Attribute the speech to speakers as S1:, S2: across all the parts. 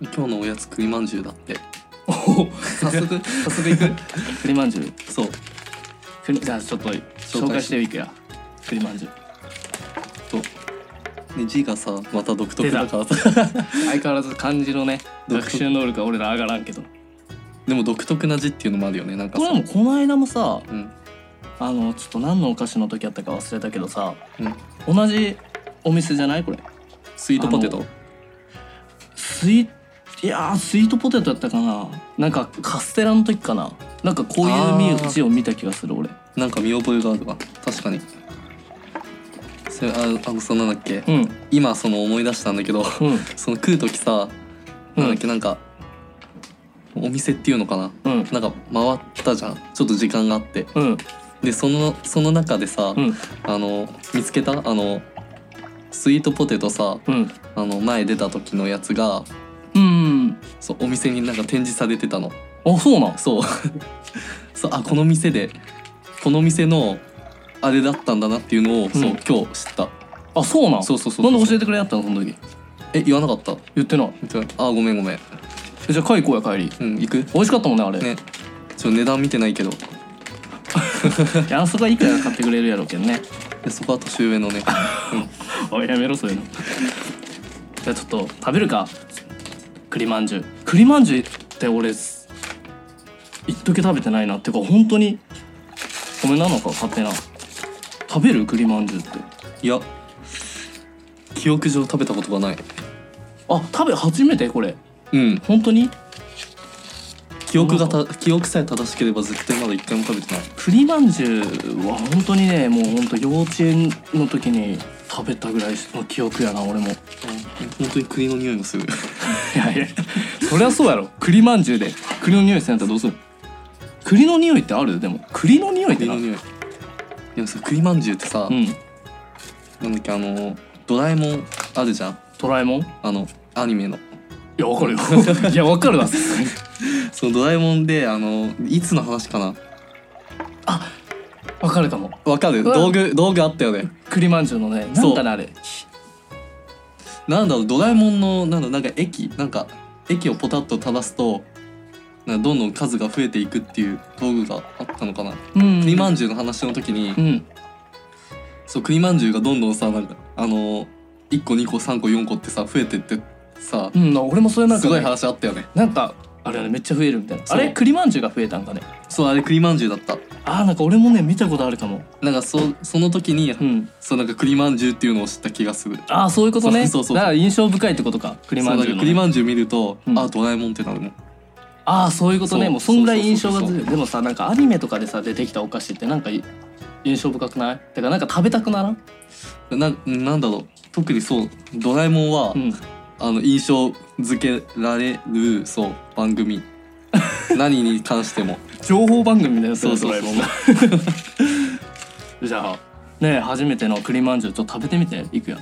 S1: 今日のおやつ栗まんじゅうだって
S2: おお早速早速いく
S3: 栗まんじゅう
S1: そう
S3: 栗じゃあちょっと紹介していくや栗まんじゅう
S1: で G がさまた独特だからさ
S3: 相変わらず漢字の ね
S1: 独特
S3: 学習能力は俺ら上がらんけど
S1: でも独特な字っていうのもあるよねなんか
S3: これ
S1: さ
S3: はもうこの間もさ
S1: うん
S3: あのちょっと何のお菓子の時やったか忘れたけどさ
S1: うん
S3: 同じお店じゃないこれ
S1: スイートポテト
S3: スイいやースイートポテトやったかななんかカステラの時かななんかこういう
S1: あ
S3: み
S1: ー
S3: 字を見た気がする俺
S1: なんか見覚えがあるわ確かにそれああのそのなんだっけ
S3: うん
S1: 今その思い出したんだけど
S3: うん
S1: その食う時さ
S3: うん
S1: なんだっけなんかお店っていうのかな
S3: うん
S1: なんか回ったじゃんちょっと時間があって
S3: うん
S1: でそのその中でさ、
S3: うん
S1: あの見つけたあのスイートポテトさ
S3: うん
S1: あの前出た時のやつが
S3: うん
S1: そうお店になんか展示されてたの
S3: あそうなん
S1: そう そうあこの店でこの店のあれだったんだなっていうのを、そううん今日知った
S3: あそうなん
S1: そうそうそうそう
S3: なんで教えてくれなかったのその時
S1: え言わなかった
S3: 言ってない
S1: じゃああごめんごめん
S3: えじゃあ帰行こうや帰り
S1: うん行く
S3: 美味しかったもんねあれ、
S1: ねちょ値段見てないけど
S3: いやあそこはいくらか買ってくれるやろうけどね
S1: でそこは年上のね
S3: おいやめろそういうのじゃあちょっと食べるか栗まんじゅう栗まんじゅうって俺す一時食べてないなっていうか本当に米なのか勝手な食べる栗まんじゅうって
S1: いや記憶上食べたことがない
S3: あ食べ初めてこれ
S1: うん
S3: 本当に
S1: 記憶がた記憶さえ正しければ絶対まだ一回も食べてない
S3: 栗まんじゅうは本当にねもう本当幼稚園の時に食べたぐらいの記憶やな俺も
S1: 本当に栗の匂いも する
S3: いやいやそりゃそうやろ栗まんじゅうで栗の匂いせんやったらどうする栗の匂いってあるでも栗の匂いって
S1: 栗
S3: な
S1: の匂いでもさ栗まんじゅうってさ、
S3: うん
S1: なんだっけあのドラえもんあるじゃん
S3: ドラえもんい
S1: あのアニメの
S3: やわか るよいやわかるわ
S1: そのドラえもんであのいつの話かな
S3: わかるかも
S1: わかる
S3: うわ
S1: 道具道具あったよね
S3: 栗まんじゅうのねな
S1: そうん
S3: かねあれ
S1: なんだろうドラえもんのなんだろうなんか駅なんか駅をポタッと垂らすとなんかどんどん数が増えていくっていう道具があったのかな、
S3: うん
S1: 栗まん
S3: じ
S1: じゅうの話の時に、
S3: うん
S1: そう栗まんじゅうがどんどんさなんかあの1個2個3個4個ってさ増えてってさ
S3: うん俺もそれなん
S1: す
S3: か
S1: ご
S3: ね、
S1: い話あったよね
S3: なんかあれはねめっちゃ増えるみたいな
S1: そ
S3: あ
S1: う
S3: れ栗まんじゅうが増えたんかね
S1: そうあれ栗まんじゅうだった
S3: あーなんか俺もね見たことあるかも
S1: なんかそその時に、
S3: うん
S1: そうなんか栗まんじゅうっていうのを知った気がする
S3: あーそういうことね
S1: そうそうそうそう
S3: だから印象深いってことか栗まんじゅ
S1: そ
S3: う
S1: うだから
S3: の
S1: 栗
S3: ね
S1: まんじゅう見ると、
S3: うん
S1: あドラえもんってなるの
S3: ああそういうことね
S1: そう
S3: もうそんぐらい印象が
S1: そうそうそう
S3: 強いでもさなんかアニメとかでさ出てきたお菓子ってなんかい印象深くないてかなんか食べたくならん、
S1: ななんだろう特にそうドラえもんは、
S3: うん、
S1: あの印象付けられるそう番 組何に関しても
S3: 情報番組だよ
S1: そうそう
S3: ドラえもんが じゃあねえ初めての栗まんじゅうちょっと食べてみていくよ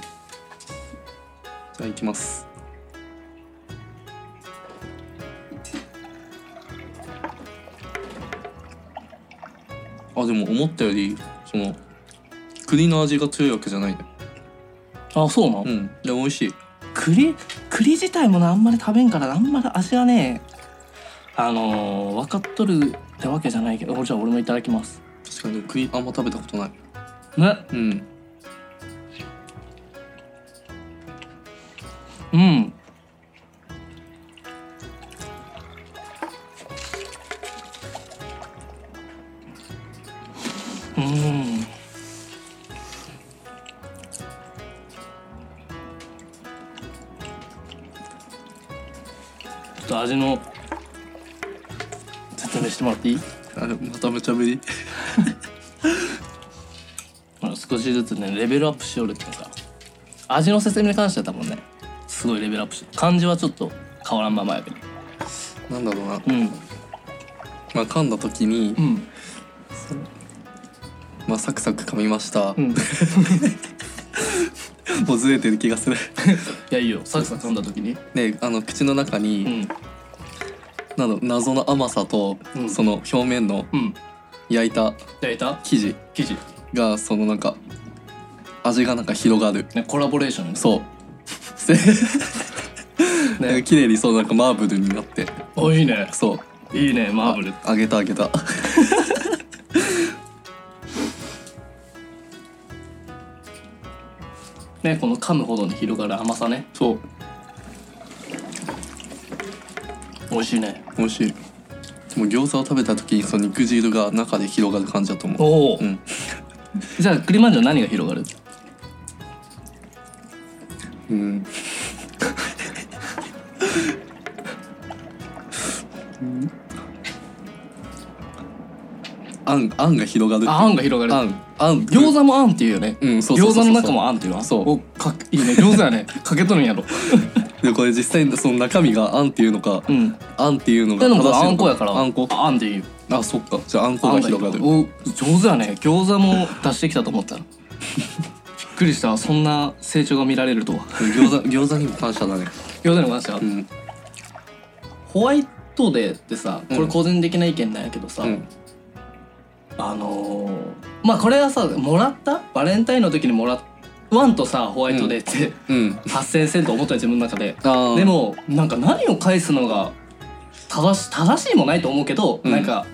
S1: じゃあいきますあでも思ったよりその栗の味が強いわけじゃないね
S3: あそうなの、
S1: うんいや美味しい
S3: 栗栗自体もねあんまり食べんからあんまり味はねあのー、分かっとるってわけじゃないけどおじゃあ俺もいただきます
S1: 確かに栗あんま食べたことない
S3: ね
S1: うん
S3: うんうんちょっと味の説明してもらっていい
S1: あれまためちゃぶり
S3: まあ少しずつねレベルアップしよるっていうか味の説明に関しては多分ねすごいレベルアップし漢字はちょっと変わらんままやけど
S1: なんだろうな、
S3: うん
S1: まあ、噛んだ時に、
S3: うん
S1: まあ、サクサク噛みました、
S3: うん、い
S1: もうずれてる気がする
S3: やいいよサクサク噛んだ時に
S1: であの口の中に、
S3: うん
S1: なんだろう謎の甘さと、
S3: うん
S1: その表面の
S3: うん
S1: 焼いた
S3: 焼いた
S1: 生地
S3: 生地、
S1: がそのなんか味がなんか広がる
S3: ね、コラボレーション
S1: そうせ なんか綺麗にそうなんかマーブルになって
S3: おいいね
S1: そう
S3: いいねマーブル
S1: あげたあげた
S3: ねこの噛むほどに広がる甘さね
S1: そう
S3: 美味しいね
S1: 美味しいでも餃子を食べた時にその肉汁が中で広がる感じだと思う
S3: おお、
S1: うん
S3: じゃあ栗まんじゅう何が広がる
S1: うんあんあんが広がる
S3: ああんが広がる
S1: あんあん
S3: 餃子もあんっていうよね、
S1: うんそうそうそうそう
S3: 餃子の中もあんっていうの
S1: そう
S3: おかいいね餃子やねかけとるんやろ
S1: でこれ実際にその中身があんっていうのか
S3: うん
S1: あんっていうのが
S3: で
S1: 正しいの
S3: も
S1: か
S3: あんこやから
S1: あんこ
S3: あんでいいよ
S1: あそっかじゃああんこが広がる
S3: お上手やね餃子も出してきたと思った びっくりしたそんな成長が見られるとは
S1: 餃子餃子にも感謝だね
S3: 餃子の話は、
S1: うん
S3: ホワイトデーってさこ
S1: う
S3: れ
S1: ん
S3: 個人的な意見なんやけどさ、
S1: うん
S3: あのーまあこれはさもらったバレンタインの時にもらわんとさホワイトデーって、
S1: うん
S3: 発生せんと思ったよ自分の中で
S1: ああ
S3: でもなんか何を返すのが正し正しいもないと思うけど、
S1: うん
S3: なんか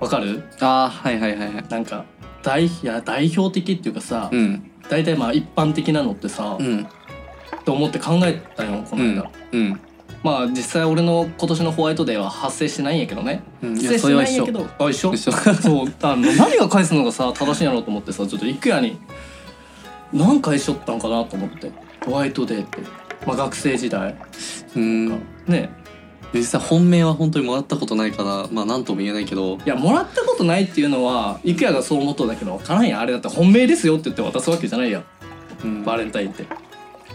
S3: わかる
S1: ああはいはいはいはい
S3: なんか代いや代表的っていうかさ、
S1: うん
S3: 大体まあ一般的なのってさ、
S1: う
S3: っ
S1: ん
S3: て思って考えたよこ
S1: う
S3: の間、
S1: んうん
S3: まあ実際俺の今年のホワイトデーは発生してないんやけどね
S1: うんい
S3: 発
S1: や
S3: 生
S1: そ
S3: して
S1: れは
S3: ないん
S1: 一
S3: や
S1: 緒
S3: けどあ一緒
S1: 一緒
S3: そうあの何が返すのがさ正しいんやろうと思ってさちょっと幾夜に何返しよったんかなと思ってホワイトデーって、まあ、学生時代
S1: うん
S3: ね
S1: 実際本命は本当にもらったことないからまあ何とも言えないけど
S3: いやもらったことないっていうのは幾夜がそう思っとんだけど分からんやんあれだって本命ですよって言って渡すわけじゃないやん
S1: うん
S3: バレンタインって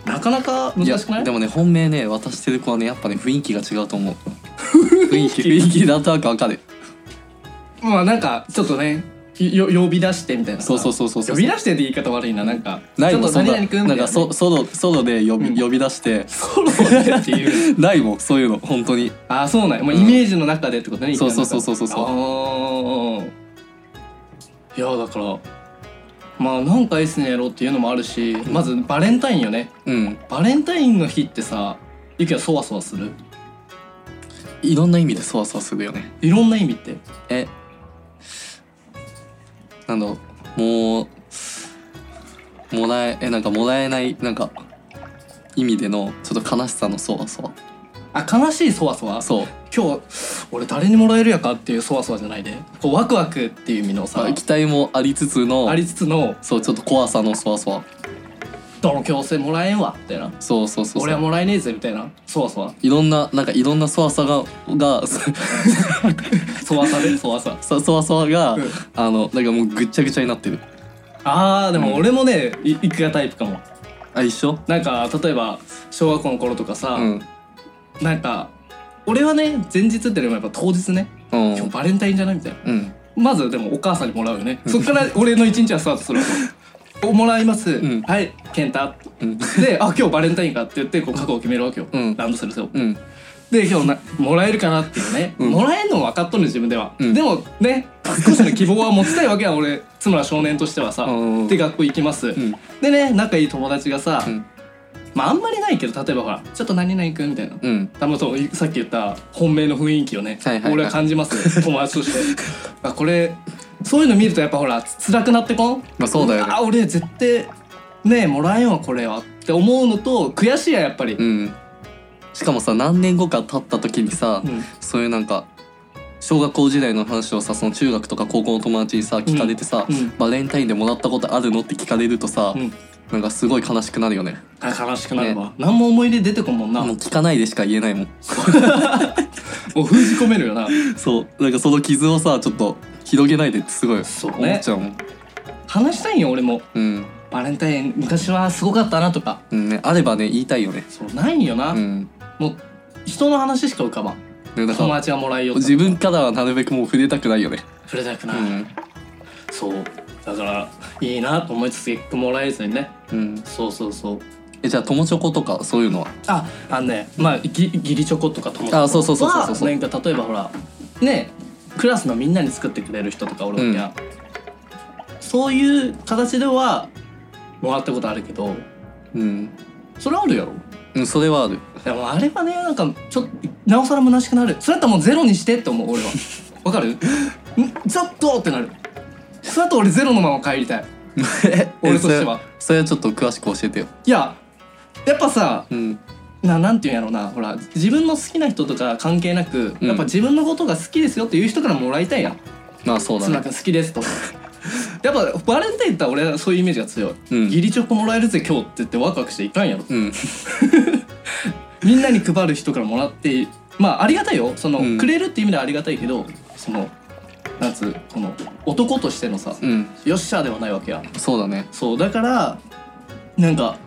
S3: なかなか難しくない
S1: やでもね本命ね渡してる子はねやっぱね雰囲気が違うと思う雰囲気雰囲気なんとなくわかる
S3: まあなんかちょっとねよ呼び出してみたいなさ
S1: そうそうそうそうそう
S3: 呼び出してって言い方悪いななんか
S1: ないも
S3: ち
S1: んそ
S3: ょっと
S1: ん
S3: 何
S1: な
S3: 々くん
S1: なんかソソロソロで呼び,、
S3: うん
S1: 呼び出して
S3: ソロでってい う
S1: ないもんそういうの本当に
S3: ああそうなんや、まあ、
S1: うん
S3: イメージの中でってことね、
S1: そうそう
S3: イケアの中
S1: そうそうそうそう
S3: あーいやだからまあなんかいいっすねやろうっていうのもあるしまずバレンタインよね
S1: うん
S3: バレンタインの日ってさゆきはそわそわする
S1: いろんな意味でそわそわするよね
S3: いろんな意味って
S1: えなんだろうもうもらええなんかもらえないなんか意味でのちょっと悲しさのそわそわ
S3: あ悲しいそわそわ
S1: そう
S3: 今日俺誰にもらえるやかっていうそわそわじゃないでこうワクワクっていう意味のさ
S1: あ期待もありつつの
S3: ありつつの
S1: そうちょっと怖さのそわそわ
S3: どの強制もらえんわみたいな
S1: そうそうそうそう
S3: 俺はもらえねえぜみたいなそわそわ
S1: いろんななんかいろんなそわそわが が
S3: そわ さでそわさ
S1: そそわそわが、
S3: うん
S1: あのなんかもうぐっちゃぐちゃになってる
S3: あーでも俺もねいいくらタイプかも
S1: あ一緒
S3: なんか例えば小学校の頃とかさ、
S1: うん
S3: なんか俺はね前日っていうよりもやっぱ当日ね
S1: うん
S3: 今日バレンタインじゃないみたいな
S1: うん
S3: まずでもお母さんにもらうよねそっから俺の一日はスタートするわけおもらいます、
S1: ん
S3: はい健太
S1: うん
S3: であ今日バレンタインかって言ってこう覚悟を決めるわけよ、
S1: うん
S3: ランドセル背負って
S1: うん
S3: で今日なもらえるかなっていうね、
S1: うん
S3: もらえんのも分かっとるね自分では、
S1: うん
S3: でもね少しの希望は持ちたいわけや俺津村少年としてはさ、
S1: うん
S3: で学校行きます、
S1: うん
S3: でね仲いい友達がさ、
S1: うん
S3: まああんまりないけど例えばほら「ちょっと何々くん」みたいな、
S1: うん
S3: 多分そうさっき言った本命の雰囲気をね、
S1: はいはいはい
S3: 俺は感じます よ友達としてあこれそういうの見るとやっぱほら辛くなってこん、
S1: まあそうだよね
S3: あ俺絶対ねもらえんわこれはって思うのと悔しいややっぱり、
S1: うんしかもさ何年後か経った時にさ、
S3: うん
S1: そういうなんか小学校時代の話をさその中学とか高校の友達にさ聞かれてさ、
S3: うん
S1: バレンタインでもらったことあるのって聞かれるとさ、
S3: うん
S1: なんかすごい悲しくなるよね
S3: あ悲しくなるわ、何も思い出出てこんもんな、
S1: もう
S3: も
S1: 聞かないでしか言えないもん
S3: う封じ込めるよな
S1: そうなんかその傷をさちょっと広げないでってすごい
S3: そうね
S1: 思っちゃうもん
S3: 話したいんよ俺も
S1: うん、
S3: バレンタイン昔はすごかったなとか
S1: うんね、あればね言いたいよね
S3: そうないんよな、
S1: うん
S3: もう人の話しか浮かばん
S1: ねだか
S3: 友
S1: ら
S3: 達がもらいようと
S1: 自分からはなるべくもう触れたくないよね
S3: 触れたく
S1: う
S3: ない、
S1: ん、
S3: そうだからいいなと思いつつ結局もらえずにね
S1: うん、
S3: そうそうそう
S1: えじゃあ友チョコとかそういうのは
S3: ああのねまあギギリチョコとか友
S1: あそうそうそうそうそうそう
S3: なんか例えばほらねクラスのみんなに作ってくれる人とかおるわけや、そういう形ではもらったことあるけど
S1: うん
S3: それあるやろ
S1: うんそれはある
S3: でもあれはねなんかちょっとなおさら虚しくなるそれだったらもうゼロにしてって思う 俺はわかるんざっとってなるそれだと俺ゼロのまま帰りたい俺としては
S1: えそれそれはちょっと詳しく教えてよ
S3: いややっぱさ
S1: うん
S3: ななんていうんやろうなほら自分の好きな人とか関係なく、
S1: うん
S3: やっぱ自分のことが好きですよっていう人からもらいたいやん
S1: まあそうだ
S3: ツナ
S1: ね
S3: 君好きで すとやっぱバレンタインって俺はそういうイメージが強い、
S1: うん
S3: 義理チョコもらえるぜ今日って言ってワクワクしていかんやろ
S1: うん
S3: みんなに配る人からもらってまあありがたいよその、
S1: うん
S3: くれるって意味ではありがたいけどそのなんつうこの男としてのさ、
S1: うん
S3: よっしゃーではないわけや
S1: そうだね
S3: そうだからなんか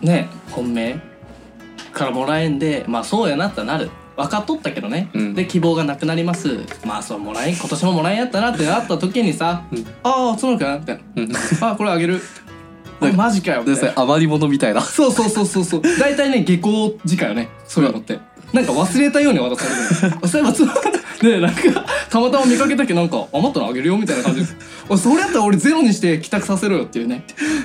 S3: ね本命からもらえんでまあそうやなったらなる分かっとったけどね、
S1: うん
S3: で希望がなくなりますまあそうもらえん今年ももらえんやったなってなった時にさ「
S1: うん
S3: ああ角君」みたいな
S1: うん
S3: 「ああこれあげる」あ「マジかよ」み
S1: で
S3: たい
S1: そ
S3: な
S1: れ余り物みたいな
S3: そうそうそうそうそう大体ね下校時間よねそういうのってなんか忘れたように渡さ れてるそういえばそうねなんかたまたま見かけたけどなんか余ったのあげるよみたいな感じで おいそれやったら俺ゼロにして帰宅させろよっていうね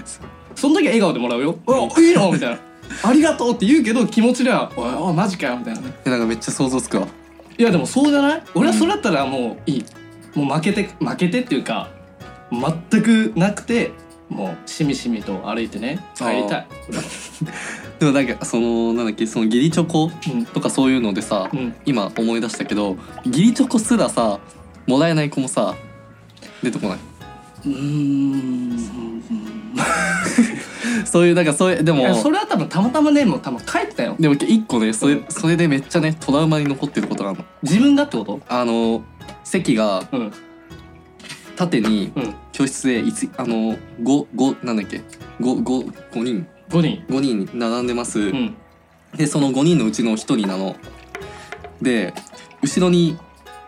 S3: その時は笑顔でもらうよ「おいいの?」みたいな「ありがとう」って言うけど気持ちでは「おいおいマジかよ」みたいなね
S1: えなんかめっちゃ想像つくわ
S3: いやでもそうじゃない俺はそれだったらもういい、もう負けて負けてっていうか全くなくてもうしみしみと歩いてね帰りたい俺は
S1: でもなんかそのなんだっけその義理チョコとかそういうのでさ、
S3: うん、うん
S1: 今思い出したけど義理チョコすらさもらえない子もさ出てこないう
S3: ーん
S1: そういうなんかそういうで
S3: い
S1: も
S3: やそれは多分たまたまねもう多分帰ったよ
S1: でも一個ねそれそれでめっちゃねトラウマに残ってることがあるの。
S3: 自分がってこと
S1: あの席が
S3: うん
S1: 縦に
S3: うん
S1: 教室でいつあの五五なんだっけ五五五人
S3: 5人
S1: 五人並んでます。
S3: うん
S1: でその5人のうちの1人なの。で後ろに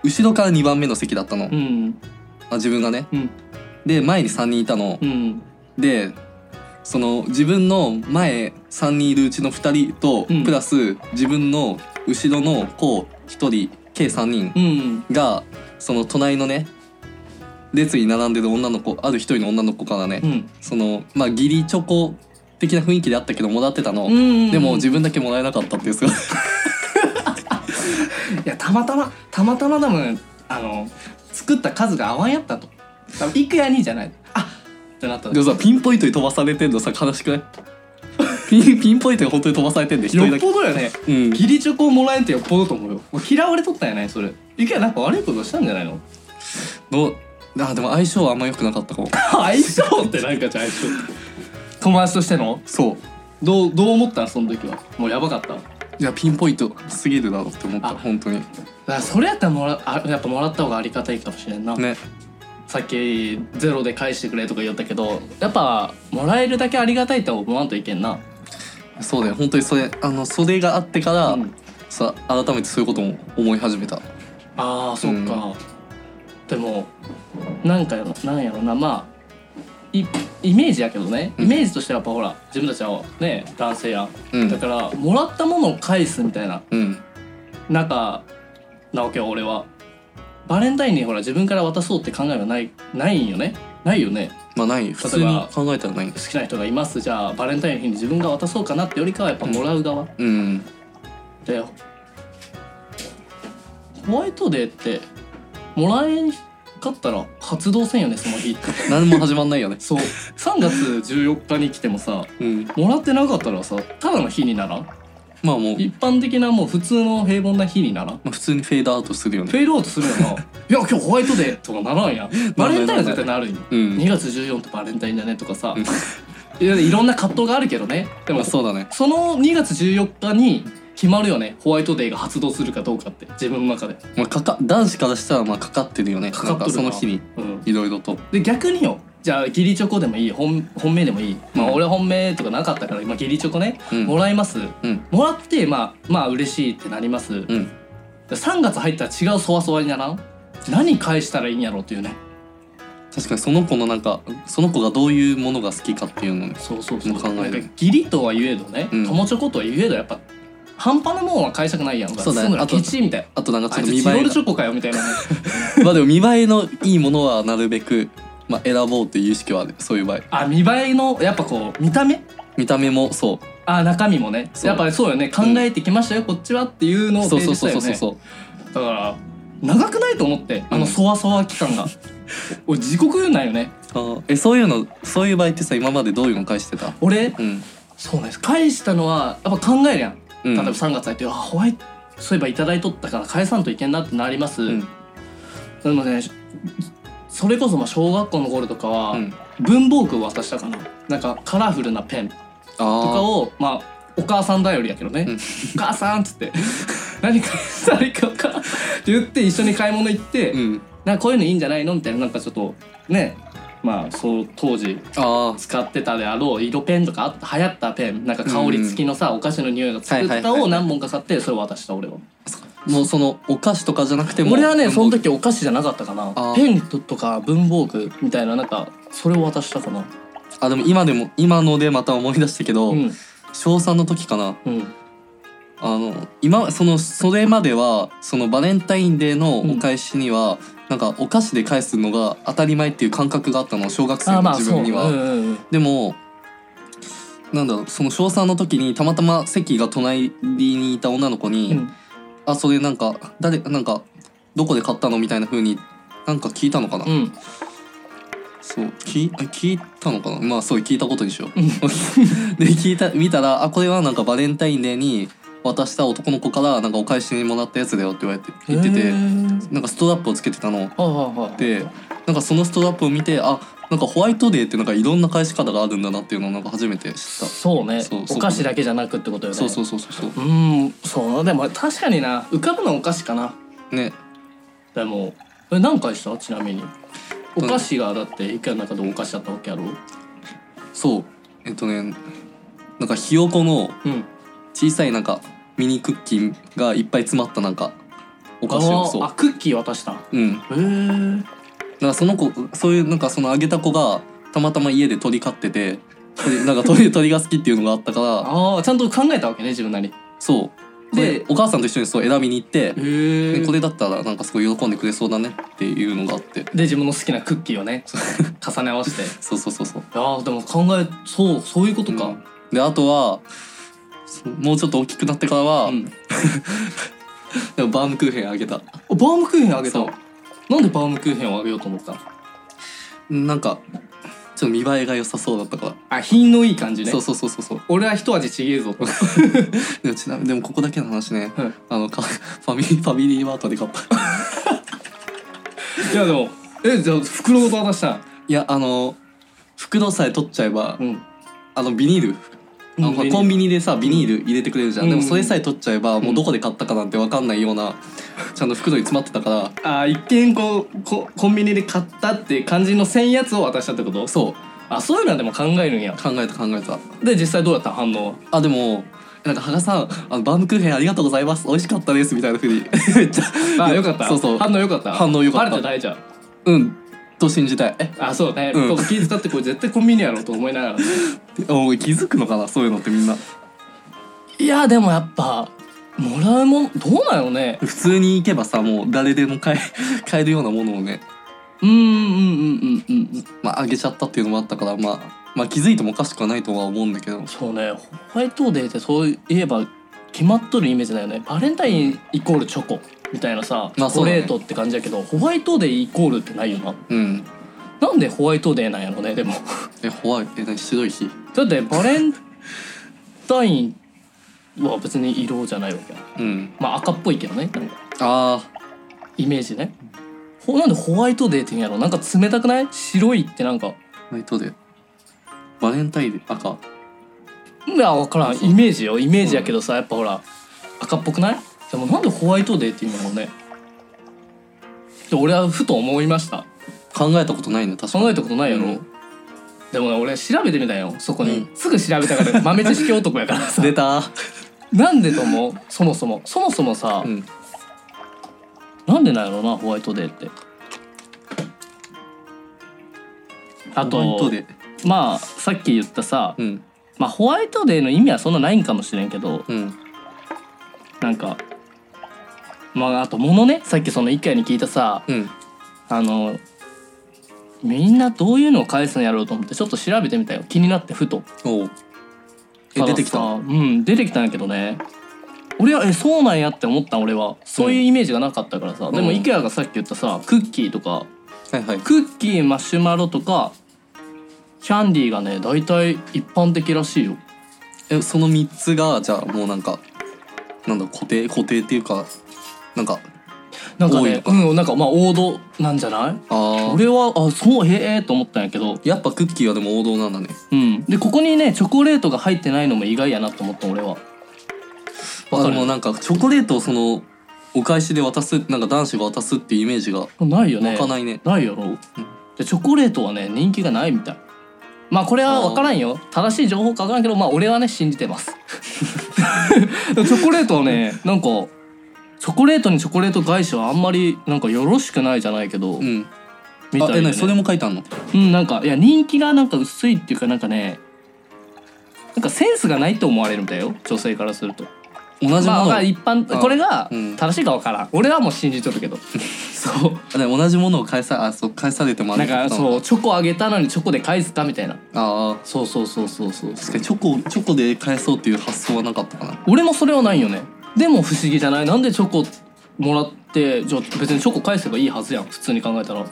S1: 後ろから2番目の席だったの、
S3: うん
S1: あ自分がね。
S3: うん
S1: で前に3人いたの。
S3: うん
S1: でその自分の前3人いるうちの2人と、
S3: うん
S1: プラス自分の後ろの子1人計3人
S3: うん
S1: がその隣のね列に並んでる女の子ある一人の女の子からね、
S3: うん
S1: そのまあ義理チョコ的な雰囲気であったけどもらってたの、
S3: うん
S1: でも自分だけもらえなかったっていうすごい
S3: いやたまたまたまたま多分あの作った数が合わんやったと多分いくやにじゃないあってなった
S1: でもさピンポイントに飛ばされてんのさ悲しくない ピンピンポイントに本当に飛ばされてんで一
S3: よ
S1: 人だ
S3: っ
S1: け、
S3: ぽどよね
S1: うん、
S3: 義理チョコをもらえんってよっぽどと思うよもう嫌われとったんやないそれいくやなんか悪いことしたんじゃないの
S1: どうあでも相性はあんま良くなかったかも
S3: 相性ってなんかじゃあ相性友達としての
S1: そう
S3: どうどう思ったのその時はもうやばかっただか
S1: いやピンポイントすぎるだろうって思った
S3: あ
S1: 本当に
S3: らそれやったらもらあやっぱもらった方がありがたいかもしれんな、
S1: ね
S3: さっきゼロで返してくれとか言ったけどやっぱもらえるだけありがたいとは思わんといけんな
S1: そうだよ本当にそれあのそれがあってから、
S3: うん
S1: さ改めてそういうことも思い始めた
S3: あーそっか、でもなんかやろなんやろなまあいイメージやけどね
S1: う
S3: イ
S1: ん
S3: メージとしてはやっぱほら自分たちはね男性や、
S1: うん
S3: だからもらったものを返すみたいな
S1: うん
S3: 中なわけよ俺はバレンタインにほら自分から渡そうって考えはないないんよねないよね
S1: まあない普通に考えたらないん
S3: 好きな人がいますじゃあバレンタインの日に自分が渡そうかなってよりかはやっぱもらう側、
S1: うん
S3: でホワイトデーってもらえんかったら発動せんよねその日って
S1: 何も始まんないよ ね
S3: そう3月14日に来てもさ
S1: うん
S3: もらってなかったらさただの日にならん
S1: まあもう、
S3: 一般的なもう普通の平凡な日にならん
S1: まあ、普通にフェードアウトするよ
S3: フ
S1: ね
S3: ェードアウトするよな いや今日ホワイトデーとかならんや んバレンタインは絶対なるんよ
S1: うん
S3: 2月14ってバレンタインだねとかさ
S1: うん
S3: いやいろんな葛藤があるけどねで
S1: ま
S3: も
S1: あそうだね
S3: その2月14日に決まるよねホワイトデーが発動するかどうかって自分の中で
S1: まあ、かか男子からしたらまあかかってるよね
S3: かかっとるな
S1: なんその日に
S3: うん、
S1: いろいろと
S3: で逆によじゃあ義理チョコでもいい本本命でもいい、まあ、
S1: うん
S3: 俺は本命とかなかったから今義理チョコね、
S1: うん
S3: もらいます
S1: うん
S3: もらってまあまあ嬉しいってなります、で
S1: うん
S3: 3月入ったら違うそわそわにならん何返したらいいんやろうっていうね
S1: 確かにその子のなんかその子がどういうものが好きかっていうのね
S3: そうそうそう
S1: もう考え
S3: なん
S1: る
S3: か義理とは言えどね、
S1: うん
S3: 友チョコとは言えどやっぱ半端なもんは返したくないやんか
S1: そうだね
S3: すぐな
S1: あと
S3: ケチみたいな
S1: あとなんか
S3: あ
S1: ちょ
S3: い
S1: っと見
S3: つチロ
S1: 栄え
S3: ルチ
S1: が
S3: ョコかよみたいな ね
S1: まあでも見栄えのいいものはなるべく、まあ、選ぼうという意識はあるそういう場合
S3: あ見栄えのやっぱこう見た目
S1: 見た目もそう
S3: あ中身もね
S1: そう
S3: やっぱりそうよね考えてきましたよ、こっちはっていうのを
S1: そう
S3: 提
S1: そう
S3: 示し
S1: そ
S3: た
S1: う
S3: よ
S1: そうそ
S3: ね
S1: うそう
S3: だから長くないと思ってあ
S1: うん
S3: のそわそわ期 間が俺地獄言うなんよね
S1: あーえそういうのそういう場合ってさ今までどういうの返してた
S3: 俺
S1: うん
S3: そうなんです返したのはやっぱ考えるやん
S1: う
S3: 例
S1: ん
S3: えば3月入って、あホワイトそういえばいただいとったから返さんといけんなってなります、
S1: うん
S3: でもねそれこそまあ小学校の頃とかは、
S1: うん
S3: 文房具を渡したかななんかカラフルなペンと
S1: あ
S3: か
S1: ー
S3: をまあお母さん頼りやけどね「
S1: うん
S3: お母さん」っつって 「何か誰かか」って言って一緒に買い物行って、
S1: うん
S3: なんかこういうのいいんじゃないのみたいななんかちょっとねまあそう当時
S1: あー
S3: 使ってたであろう色ペンとかあ流行ったペンなんか香り付きのさ、お菓子の匂いがつく
S1: はいはい
S3: 蓋
S1: はいは
S3: を
S1: い
S3: 何本か買ってそれを渡した俺は。
S1: もうそのお菓子とかじゃなくても
S3: 俺はねその
S1: 時
S3: 時お菓子じゃなかったかな
S1: あー
S3: ペンとか文房具みたいななんかそれを渡したかな
S1: あでも今でも今のでまた思い出したけど、
S3: うん
S1: 小3の時かな
S3: うん
S1: あの今そのそれまではそのバレンタインデーのお返しには、なんかお菓子で返すのが当たり前っていう感覚があったの小学生
S3: あー
S1: の
S3: まあ
S1: 自
S3: そう
S1: 分には、
S3: うんうんうん
S1: でもなんだろうその小3の時にたまたま席が隣にいた女の子に「
S3: うん
S1: あそれなんか誰なんかどこで買ったの?」みたいな風になんか聞いたのかな、
S3: うん
S1: そう聞いあ聞いたのか なまあそう聞いたことにしよう で聞いた見たらあこれはなんかバレンタインデーに渡した男の子からなんかお返しにもらったやつだよって言われて言って
S3: へ
S1: て
S3: ー
S1: なんかストラップをつけてたの
S3: ああああ
S1: でなんかそのストラップを見てあなんかホワイトデーってなんかいろんな返し方があるんだなっていうのをなんか初めて知った
S3: そうね
S1: そうそう
S3: お菓子だけじゃなくってことよね
S1: そうそうそうそうそう
S3: うんそうでも確かにな浮かぶのはお菓子かな
S1: うね
S3: でもえ何回したちなみにお菓子がだっていくらの中でお菓子だったわけやろ
S1: そうえっとねなんかひよこの
S3: うん
S1: 小さいなんかミニクッキーがいっぱい詰まったなんかお
S3: お
S1: 菓子をそ
S3: あクッキー渡したへ
S1: ううん
S3: え
S1: なんかその子そういうなんかそのあげた子がたまたま家で鳥飼ってて鳥なんか 鳥鳥が好きっていうのがあったから
S3: ああちゃんと考えたわけね自分なり
S1: そう
S3: で
S1: でお母さんと一緒にそう選びに行って
S3: へ
S1: でこれだったらなんかすごい喜んでくれそうだねっていうのがあって
S3: で自分の好きなクッキー をね重ね合わせて
S1: そうそうそうそう
S3: ああでも考えそうそういうこと
S1: う
S3: か
S1: ん、であとはそうもうちょっと大きくなってからは、
S3: うん
S1: でもバームクーヘンあげた
S3: おバームクーヘンあげた
S1: そ
S3: なんでバームクーヘンをあげようと思ったの
S1: なんかちょっと見栄えが良さそうだったから、
S3: あ品のいい感じね
S1: そうそうそうそうそう
S3: 俺は一味ちげえぞと
S1: でもちなみにでもここだけの話ね、
S3: はい
S1: あのかファミリーファミリーマートで買った
S3: いやでもえじゃあ袋ごと渡した
S1: いやあの袋さえ取っちゃえば、
S3: ん
S1: あのビニールあの
S3: うんビニール
S1: コンビニでさビニール入れてくれるじゃん、
S3: うん
S1: でもそれさえ取っちゃえば、もうんうどこで買ったかなんて分かんないようなちゃんと袋に詰まってたから
S3: あー一見こうこコンビニで買ったって感じのせんやつを渡したってこと
S1: そう
S3: あそういうのはでも考えるんや
S1: 考えた考えた
S3: で実際どうだった反応は
S1: あでもなんか「羽賀さんあのバームクーヘンありがとうございます美味しかったです」みたいなふうに めっちゃ
S3: あよかった
S1: そうそう
S3: 反応よかった
S1: 反応良かった
S3: バレてないじゃん
S1: うんと信じたいえ
S3: あそうね、
S1: うん
S3: こう気使ってこれ絶対コンビニやろうと思いながら
S1: おい気づくのかなそういうのってみんない
S3: やでもやっぱもらうもんどうなのね
S1: 普通に行けばさもう誰でも買え 買えるようなものをね
S3: うんうんうんうんうん
S1: まああげちゃったっていうのもあったからまあまあ気づいてもおかしくはないとは思うんだけど
S3: そうねホワイトデーってそういえば決まっとるイメージだよねバレンタインイコールチョコみたいなさ、
S1: まあそ
S3: チョコ
S1: うだね
S3: レートって感じだけどホワイトデーイコールってないよな
S1: うん
S3: なんでホワイトデーなんやろねでも
S1: えホワイえ何白い日
S3: だってバレンタインは別に色じゃないわけや
S1: うん
S3: まあ赤っぽいけどねなんか
S1: あ
S3: イメージねほなんでホワイトデーって言うんやろなんか冷たくない白いってなんか
S1: ーホワイトデーバレンタインデー赤
S3: いや分からんイメージよイメージやけどさやっぱほら赤っぽくないでもなんでホワイトデーっていうのもねで俺はふと思いました
S1: 考えたことないね確かに
S3: 考えたことないやろ、
S1: うん
S3: でもね俺調べてみたよそこに、
S1: う
S3: すぐ調べ たから豆知識男やからさ
S1: 出た
S3: なんでと思うそもそもそもそもさ、
S1: うん
S3: なんでなんやろなホワイトデーってあと
S1: ホワイトデー
S3: まあさっき言ったさ、
S1: うん
S3: まあ、ホワイトデーの意味はそんなないんかもしれんけど、
S1: うん
S3: なんかまああと物ねさっきその一回に聞いたさ
S1: うん
S3: あのみんなどういうのを返すんやろうと思ってちょっと調べてみたよ気になってふと
S1: おうえ出てきた
S3: からさうん出てきたんやけどね俺はえそうなんやって思った俺はそういうイメージがなかったからさ、でも
S1: うん
S3: IKEA がさっき言ったさクッキーとか
S1: はいはい
S3: クッキーマシュマロとかキャンディーがね大体一般的らしいよ
S1: えその3つがじゃあもうなんかなんだ固定固定っていうかなんか
S3: なんか
S1: 多い
S3: ね
S1: とか
S3: うんなんかまあ王道なんじゃない
S1: ああ
S3: 俺はあそうへえと思ったんやけど、
S1: やっぱクッキーはでも王道なんだね
S3: うん、でここにねチョコレートが入ってないのも意外やなと思った俺はわ
S1: あ
S3: か
S1: で
S3: る
S1: もなんかチョコレートをそのお返しで渡すなんか男子が渡すっていうイメージが
S3: ないよね
S1: 湧かないね
S3: ないやろ、でチョコレートはね人気がないみたいまあこれは分からんよ正しい情報か分からんけどまあ俺はね信じてます チョコレートはねなんかチョコレートにチョコレート返しはあんまりなんかよろしくないじゃないけど、
S1: うん
S3: み
S1: あえ
S3: たいな、
S1: な
S3: ね、
S1: にそれも書いてあんの
S3: うんなんかいや人気がなんか薄いっていうかなんかねなんかセンスがないと思われるんだよ女性からすると
S1: 同じも
S3: まあ
S1: のを、
S3: まあ一般
S1: あ
S3: これが
S1: うん
S3: 正しいか分からん俺はもう信じとる けどそう
S1: あでも同じものを返さあそう返されてもあ
S3: な
S1: れ
S3: んかそうチョコあげたのにチョコで返すかみたいな
S1: ああ
S3: そうそうそうそうそう
S1: 確かにチョコチョコで返そうっていう発想はなかったかな
S3: 俺もそれはないよねでも不思議じゃないなんでチョコもらってじゃあ別にチョコ返せばいいはずやん普通に考えたら、
S1: ん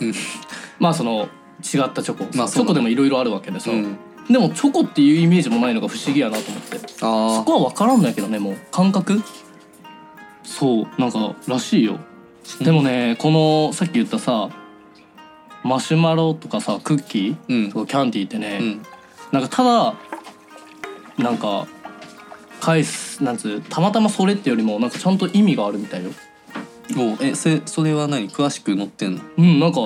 S3: まあその違ったチョコ、
S1: まあ
S3: チ
S1: そうだね
S3: ョコでもいろいろあるわけでさ、
S1: うん
S3: でもチョコっていうイメージもないのが不思議やなと思ってそ
S1: ああ
S3: こは分からんだけどねもう感覚そうなんからしいよでもねこのさっき言ったさマシュマロとかさクッキ
S1: う
S3: ー
S1: ん
S3: とかキャンディーってね、
S1: うん
S3: なんかただなんか返すなんつうたまたまそれってよりもなんかちゃんと意味があるみたいよ
S1: もうえそれそれは何詳しく載ってんの
S3: うんなんか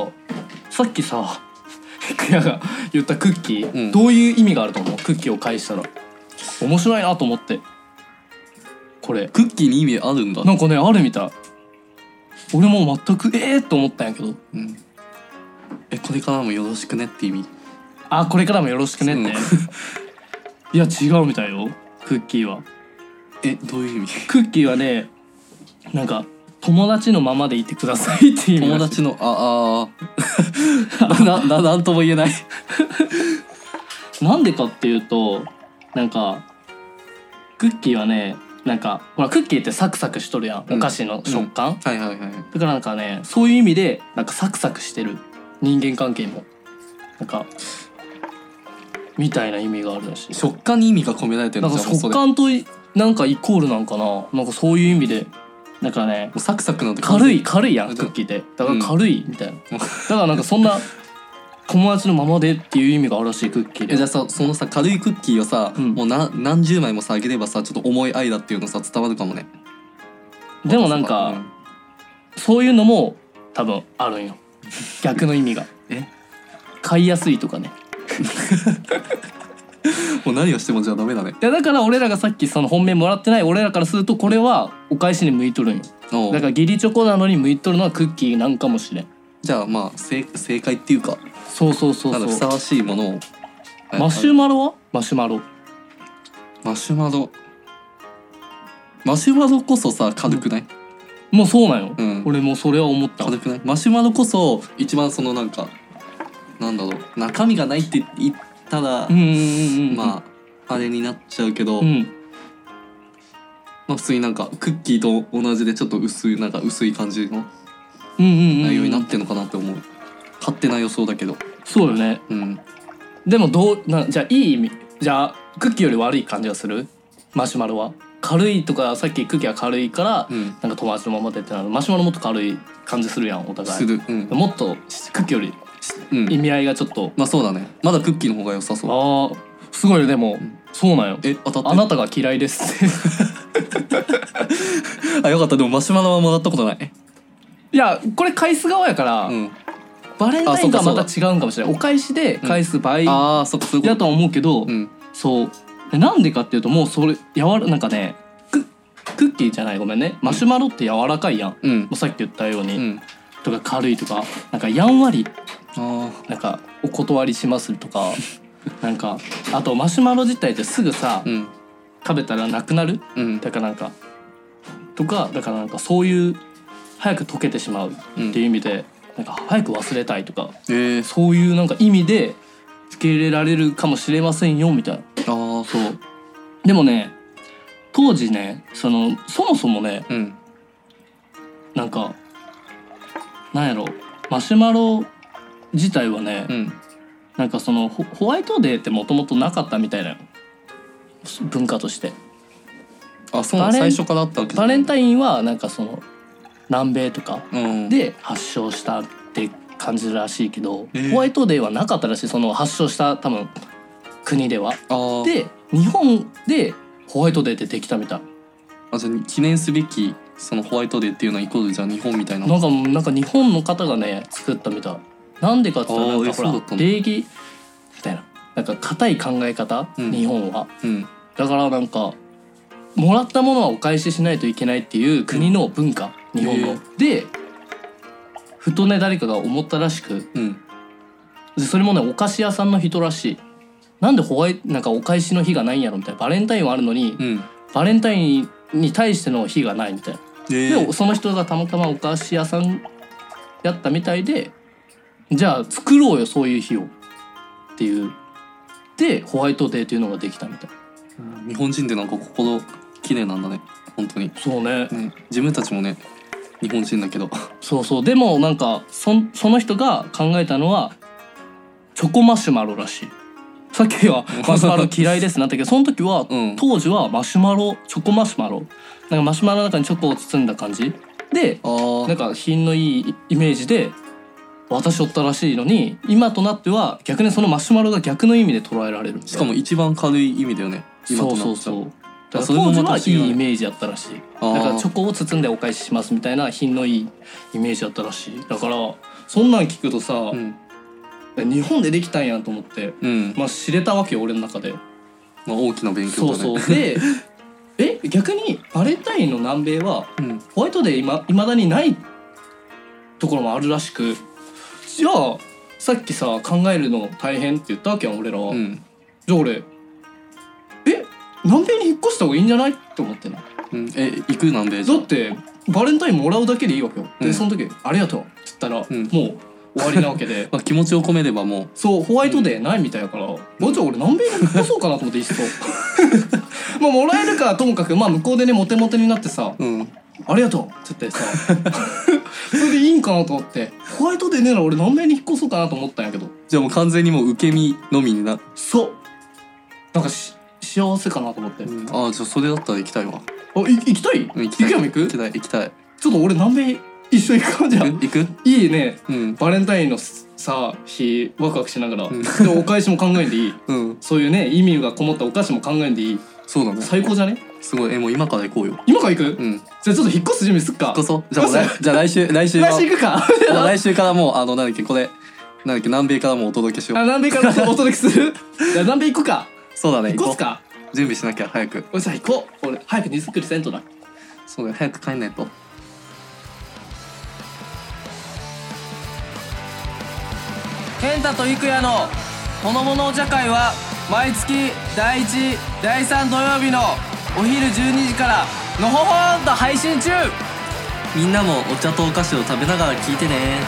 S3: さっきさクヤが 言ったクッキー、
S1: うん
S3: どういう意味があると思うクッキーを返したら面白いなと思ってこれ
S1: クッキーに意味あるんだ
S3: なんかねあるみたい俺も全くええー、と思ったんやけど
S1: うんえこれからもよろしくねって意味
S3: あこれからもよろしくねって、いや違うみたいよクッキーは
S1: えどういう意味
S3: クッキーはねなんか友達のままでいてくださいっていう意味
S1: 友
S3: らしい
S1: 達の ああ ーなななんとも言えない
S3: なんでかっていうとなんかクッキーはねなんかほらクッキーってサクサクしとるやん、
S1: うん
S3: お菓子の食感、
S1: はいはいはい
S3: だからなんかねそういう意味でなんかサクサクしてる人間関係もなんかみたいな意味があるらしい
S1: 食感に意味が込められてる
S3: なん
S1: の
S3: か
S1: じゃあもうそ
S3: 食
S1: れ
S3: 感といなんかイコールなんかななんかそういう意味でなんかね
S1: もうサクサクなんて
S3: 軽い軽いやんクッキーってだか
S1: う
S3: ら
S1: ん
S3: 軽いみたいな、だからなんかそんな友達のままでっていう意味があるらしいクッキー
S1: え
S3: で
S1: じゃあさそのさ軽いクッキーをさ、
S3: うん
S1: もうな何十枚もさあげればさちょっと重い愛だっていうのさ伝わるかもね
S3: でもなんか、そういうのも多分あるんよ逆の意味が
S1: え
S3: 買いやすいとかね
S1: うんもう何をしてもじゃあダメだね
S3: いやだから俺らがさっきその本命もらってない俺らからするとこれはお返しに向いとるんよ
S1: おう
S3: だから義理チョコなのに向いとるのはクッキーなんかもしれん
S1: じゃあまあ正正解っていうか
S3: そうそうそう
S1: なんだふ
S3: そ
S1: さ
S3: う
S1: わしいものを
S3: マシュマロはマシュマロ
S1: マシュマロマシュマロこそさ軽くない、
S3: もうそうなんよ、
S1: うん
S3: 俺もそれは思った
S1: 軽くないマシュマロこそ一番そのなんかなんだろう中身がないって言ったら、
S3: うんうんうんうん
S1: まああれになっちゃうけど、
S3: うん
S1: まあ普通になんかクッキーと同じでちょっと薄いなんか薄い感じの
S3: うんうん
S1: 内容に
S3: う
S1: なっ
S3: ん
S1: てんのかなって思う、勝手な予想だけど
S3: そうよね
S1: うん
S3: でもどうなじゃあいい意味じゃあクッキーより悪い感じがするマシュマロは軽いとかさっきクッキーは軽いから、
S1: うん
S3: なんか友達のままでってなるマシュマロもっと軽い感じするやんお互い
S1: するうん、
S3: もっとクッキーより
S1: うん
S3: 意味合いがちょっと、
S1: まあそうだねまだクッキーの方が良さそう
S3: ああすごいねでも、そうなんよ
S1: え当たって
S3: あなたが嫌いです って
S1: あよかったでもマシュマロはもらったことない
S3: いやこれ返す側やから、
S1: うん
S3: バレンタインとはまた
S1: あ
S3: 違うんかもしれないお返しで返す場合や
S1: ああそっかそういうこと
S3: とは思うけど、
S1: うん
S3: そうでなんでかっていうともうそれやわらなんかねククッキーじゃないごめんねマシュマロって柔らかいやん、も
S1: うん
S3: うさっき言ったように、
S1: うん
S3: とか軽いとかなんかやんわり
S1: あ
S3: なんかお断りしますと かなんかあとマシュマロ自体ってすぐ
S1: あ
S3: さ、
S1: うん
S3: 食べたらなくなる
S1: うん
S3: だからなんかとかだからなんかそういう早く溶けてしまうっていう意味で、なんか早く忘れたいとか
S1: ええ
S3: そういうなんか意味で受け入れられるかもしれませんよみたいな
S1: ああそう
S3: でもね当時ねそのそもそもね
S1: うん
S3: なんかなんやろマシュマロ自体はね、
S1: うん
S3: なんかそのホホワイトデーってもともとなかったみたいなよ文化として
S1: あそうなの
S3: バレン
S1: 最初からあったわけ
S3: バレン
S1: イ
S3: タインはなんかその南米とか
S1: ンうん
S3: で発祥したって感じらしいけど、
S1: えー
S3: ホワイトデーはなかったらしいその発祥した多分国では。
S1: あー
S3: で日本でホワイトデーってできたみたい
S1: あじゃあ記念すべきそのホワイトデーっていうのはイコールじゃあ日本みたいな
S3: なんかもうなんか日本の方がね作ったみたいなんでかって言ったら
S1: あー
S3: なん
S1: え
S3: かほ
S1: そうだった
S3: ら
S1: んだ
S3: 礼儀みたいななんか固い考え方、
S1: うん
S3: 日本は
S1: うん
S3: だからなんかもらったものはお返ししないといけないっていう国の文化、日本
S1: へ
S3: の。でふとね誰かが思ったらしく
S1: うん
S3: でそれもねお菓子屋さんの人らしい。なんでホワイなんかお返しの日がないんやろみたいなバレンタインはあるのに、
S1: うん
S3: バレンタインに対しての日がないみたいな。
S1: え
S3: でその人がたまたまお菓子屋さんやったみたいでじゃあ作ろうよそういう日をっていうでホワイトデーっていうのができたみたい
S1: 日本人ってなんか心綺麗なんだね本当に
S3: そうね
S1: ね自分たちもね日本人だけど
S3: そうそうでもなんかそんその人が考えたのはチョコマシュマロらしいさっ きはマシュマロ嫌いですなったけどその時は、
S1: うん
S3: 当時はマシュマロチョコマシュマロなんかマシュマロの中にチョコを包んだ感じで
S1: あー
S3: なんか品のいいイメージで渡しおったらしいのに今となっては逆にそのマシュマロが逆の意味で捉えられる
S1: しかも一番軽い意味だよね今
S3: そ
S1: と
S3: う
S1: な
S3: そ
S1: っ
S3: う
S1: ちゃ
S3: そううだから
S1: それも
S3: 当時は
S1: また違うね
S3: いいイメージやったらしい
S1: あー
S3: だからチョコを包んでお返ししますみたいな品のいいイメージやったらしいだからそんなん聞くとさ、
S1: ん
S3: 日本でできたんやと思って、
S1: うん
S3: まあ、知れたわけよ俺の中で、
S1: まあ大きな勉強
S3: そう
S1: だね
S3: そうでえ逆にバレンタインの南米は
S1: うん
S3: ホワイトデーいま未だにないところもあるらしくじゃあさっきさ考えるの大変って言ったわけやん俺らは、
S1: うん
S3: じゃあ俺え南米に引っ越した方がいいんじゃないって思ってなだ
S1: うんえ行くなんでじゃあ
S3: ってバレンタインもらうだけでいいわけよ、
S1: う
S3: で
S1: ん
S3: その時「ありがとう」って言ったら、
S1: うん
S3: もう終わりなわ けで
S1: まあ気持ちを込めればも
S3: そうホワイトデーないみたいやから、もうじゃあ俺南米に引っ越そうかなと思ってい っそまあもらえるかともかくまあ向こうでねモテモテになってさ、
S1: ううん
S3: ありがとうっ て言ってさそれでいいんかなと思ってホワイトデーねえなら俺南米に引っ越そうかなと思ったんやけど
S1: じゃあもう完全にもう受け身のみにな
S3: そうなんかし幸せかなと思って、あ
S1: ああじゃあそれだったら行きたいわ
S3: い行きたい
S1: うん
S3: 行くやん行
S1: 行
S3: く
S1: き
S3: ちょ
S1: たい行きたい
S3: っと俺南米一緒行くかじゃあ
S1: 行く行く
S3: いいね
S1: うん
S3: バレンタインのさ日ワクワクしながら、
S1: ん
S3: でお返しも考えんでいい
S1: うん
S3: そういうね意味がこもったお菓子も考えんでいい
S1: そうだね
S3: 最高じゃね
S1: すごいえもう今から行こうよ
S3: 今から行く、
S1: うん行
S3: じゃあちょっと引っ越す準備すっか
S1: こそじゃあもう来じゃあ来週来週は
S3: 来週行くか
S1: もう来週からもうあのなんだっけこれなんだっけ南米からもうお届けしよ
S3: あ
S1: う
S3: 南米からお届けす るいや南米行くか
S1: そうだね
S3: 引っ
S1: 行こ
S3: 越す
S1: う
S3: か
S1: 準備しなきゃ早く
S3: 俺さ行こう俺早く荷造りせんとな
S1: そうだよ早く帰んないと
S2: 健太と郁也のほのぼのお茶会は毎月第1第3土曜日のお昼12時からのほほんと配信中
S1: みんなもお茶とお菓子を食べながら聞いてね